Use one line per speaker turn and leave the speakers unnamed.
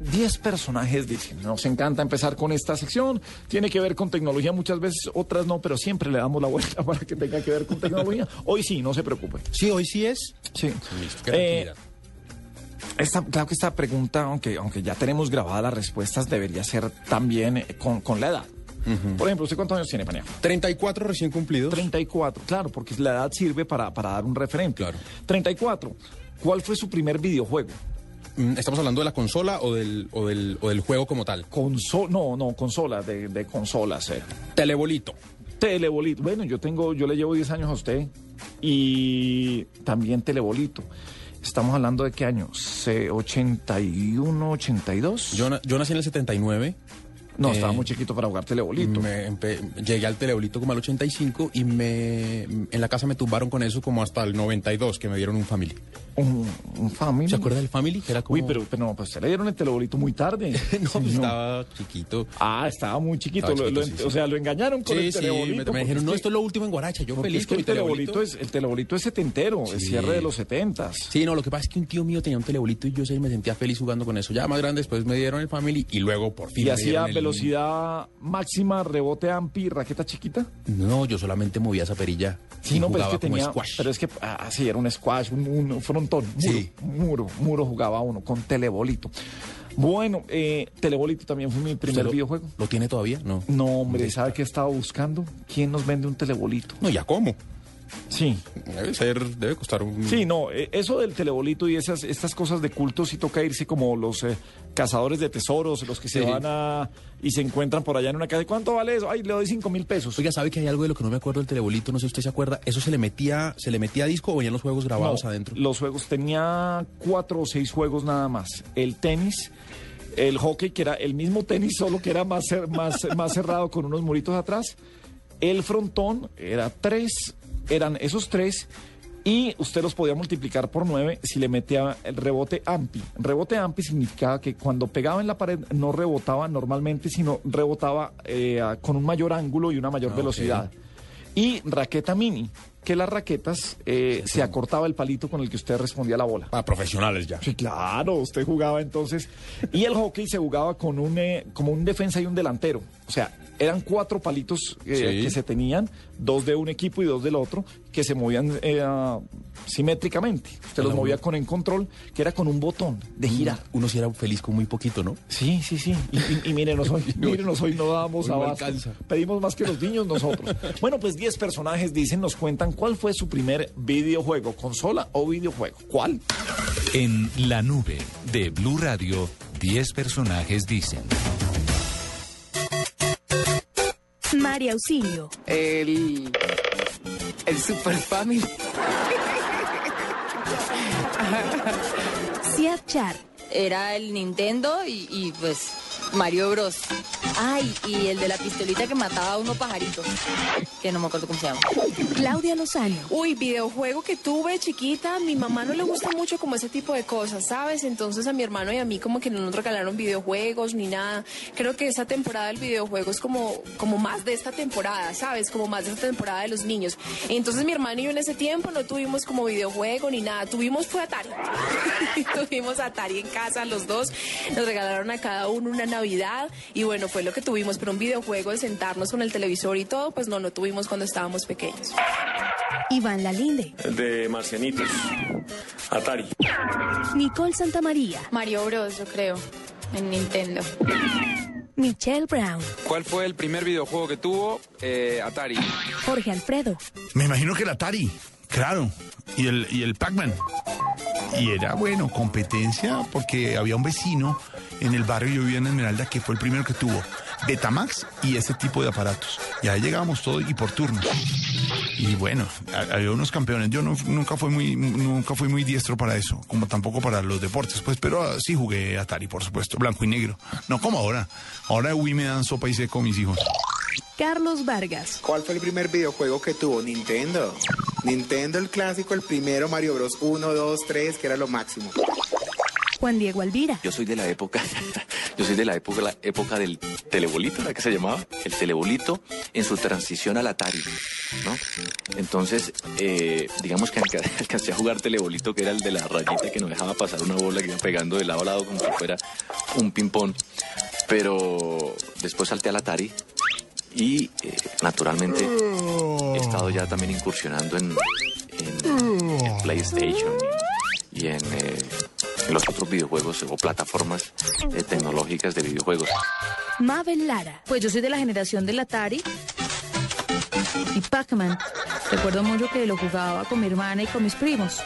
10 personajes distintos. Nos encanta empezar con esta sección. Tiene que ver con tecnología muchas veces, otras no, pero siempre le damos la vuelta para que tenga que ver con tecnología. Hoy sí, no se preocupe.
Sí, hoy sí es.
Sí.
Listo, qué
Eh,
tranquilidad.
esta, claro que esta pregunta, aunque, aunque ya tenemos grabadas las respuestas, debería ser también eh, con, con la edad. Por ejemplo, ¿usted cuántos años tiene, Panea?
34 recién cumplidos.
34, claro, porque la edad sirve para, para dar un referente.
Claro.
34, ¿cuál fue su primer videojuego?
Mm, ¿Estamos hablando de la consola o del, o del, o del juego como tal?
Conso no, no, consola, de, de consolas. eh.
Telebolito.
Telebolito. Bueno, yo tengo, yo le llevo 10 años a usted y también Telebolito. Estamos hablando de qué año? Se- 81, 82.
Yo, na- yo nací en el 79.
no,
eh, mm.
estaba muy chiquito para jugar Telebolito.
Me empe- llegué al telebolito como al 85 y me en la casa me tumbaron con eso como hasta el 92 que me dieron un family.
Un, un family.
¿Se acuerda del family? Que era como...
Uy, pero, pero no, pues se le dieron el Telebolito muy tarde.
no, pues,
Señor.
estaba chiquito.
Ah, estaba muy chiquito.
Estaba
lo- lo-
chiquito, sí,
O
sí.
sea, lo engañaron con
Sí,
el
sí,
Telebolito.
me, me
porque
dijeron,
es
no,
que-
esto es lo último en Guaracha, yo
porque
feliz
es que
con
el
mi telebolito.
telebolito es, el telebolito es setentero, es
Sí.
cierre de los setentas.
Sí, no, lo que pasa es que un tío mío tenía un telebolito y yo sí me sentía feliz jugando con eso. Ya más grande, después me dieron el family y luego por fin
y
me
hacía
dieron el-
velocidad máxima, rebote ampi, raqueta chiquita.
No, yo solamente movía esa perilla.
Sí,
y
no, pero es
jugaba
que
como
tenía.
squash.
Pero es que ah, sí, era un squash, un, un frontón. Muro,
Sí.
muro, muro jugaba uno con telebolito. Bueno, eh, telebolito también fue mi
¿Usted
primer
lo-
videojuego.
¿Lo tiene todavía? No.
No, hombre, ¿sabe qué estaba buscando? ¿Quién nos vende un telebolito?
No, ya cómo.
Sí.
Debe ser, debe costar un...
Sí, no, eh, eso del telebolito y esas estas cosas de culto sí toca irse como los eh, cazadores de tesoros, los que se
Sí.
van a y se encuentran por allá en una casa. ¿Y ¿Cuánto vale eso? Ay, le doy cinco mil pesos.
Oiga, ¿sabe que hay algo de lo que no me acuerdo del telebolito? No sé si usted se acuerda. ¿Eso se le metía, se le metía a disco o venían los juegos grabados
No,
adentro?
Los juegos, tenía cuatro o seis juegos nada más. El tenis, el hockey, que era el mismo tenis, solo que era más, cer- más, más cerrado con unos muritos atrás. El frontón, era tres, eran esos tres. Y usted los podía multiplicar por nueve si le metía el rebote ampi. Rebote ampi significaba que cuando pegaba en la pared no rebotaba normalmente, sino rebotaba eh, a- con un mayor ángulo y una mayor
Ah, ok.
velocidad y raqueta mini, que las raquetas eh, se acortaba el palito con el que usted respondía la bola.
Para profesionales ya.
Sí, claro, usted jugaba entonces. Y el hockey se jugaba con un, eh, como un defensa y un delantero. O sea, eran cuatro palitos eh,
Sí.
que se tenían, dos de un equipo y dos del otro, que se movían eh, simétricamente. Usted los
Cada
movía
uno.
con el control, que era con un botón de girar.
Uno sí era feliz con muy poquito, ¿no?
Sí, sí, sí. Y, y- y mírenos hoy, mírenos hoy no damos
Hoy no
abasto.
alcanza.
Pedimos más que los niños nosotros. Bueno, pues 10 personajes dicen, nos cuentan cuál fue su primer videojuego, consola o videojuego. ¿Cuál?
En la nube de Blue Radio, 10 personajes dicen.
María Auxilio,
El. El Super Family.
Siad Char,
Era el Nintendo y, y, pues Mario Bros. Ay, y el de la pistolita que mataba a unos pajaritos. Que no me acuerdo cómo se llama.
Claudia Lozano,
Uy, videojuego que tuve chiquita, a mi mamá no le gusta mucho como ese tipo de cosas, ¿sabes? Entonces a mi hermano y a mí como que no nos regalaron videojuegos ni nada. Creo que esta temporada del videojuego es como, como más de esta temporada, ¿sabes? Como más de esta temporada de los niños. Entonces mi hermano y yo en ese tiempo no tuvimos como videojuego ni nada, tuvimos fue Atari. tuvimos Atari en casa los dos, nos regalaron a cada uno una Navidad y bueno, fue lo que tuvimos, pero un videojuego de sentarnos con el televisor y todo, pues no, no tuvimos cuando estábamos pequeños.
Iván Lalinde,
de Marcianitos. Atari.
Nicole Santamaría,
Mario Bros, yo creo. En Nintendo.
Michelle Brown,
¿Cuál fue el primer videojuego que tuvo? Eh, Atari.
Jorge Alfredo,
Me imagino que el Atari, claro, y el, y el Pac-Man. Y era, bueno, competencia porque había un vecino en el barrio, yo vivía en Esmeralda, que fue el primero que tuvo Betamax y ese tipo de aparatos. Y ahí llegábamos todos y por turno. Y bueno, ha- había unos campeones. Yo no- nunca, fui muy, nunca fui muy diestro para eso, como tampoco para los deportes, pues, pero ah, sí jugué Atari, por supuesto, blanco y negro. No como ahora. Ahora de Wii me dan sopa y seco mis hijos.
Carlos Vargas,
¿Cuál fue el primer videojuego que tuvo? Nintendo. Nintendo el clásico, el primero Mario Bros. 1, 2, 3, que era lo máximo.
Juan Diego Alvira,
Yo soy de la época, yo soy de la época, la época del telebolito, ¿la que se llamaba? El telebolito en su transición al Atari, ¿no? Entonces, eh, digamos que alca- alcancé a jugar telebolito, que era el de la rayita que no dejaba pasar una bola que iba pegando de lado a lado como si fuera un ping-pong. Pero después salté al Atari y, eh, naturalmente, he estado ya también incursionando en, en- en PlayStation y, y en, eh, en los otros videojuegos o plataformas eh, tecnológicas de videojuegos.
Mabel Lara,
Pues yo soy de la generación del Atari y Pac-Man. Recuerdo mucho que lo jugaba con mi hermana y con mis primos.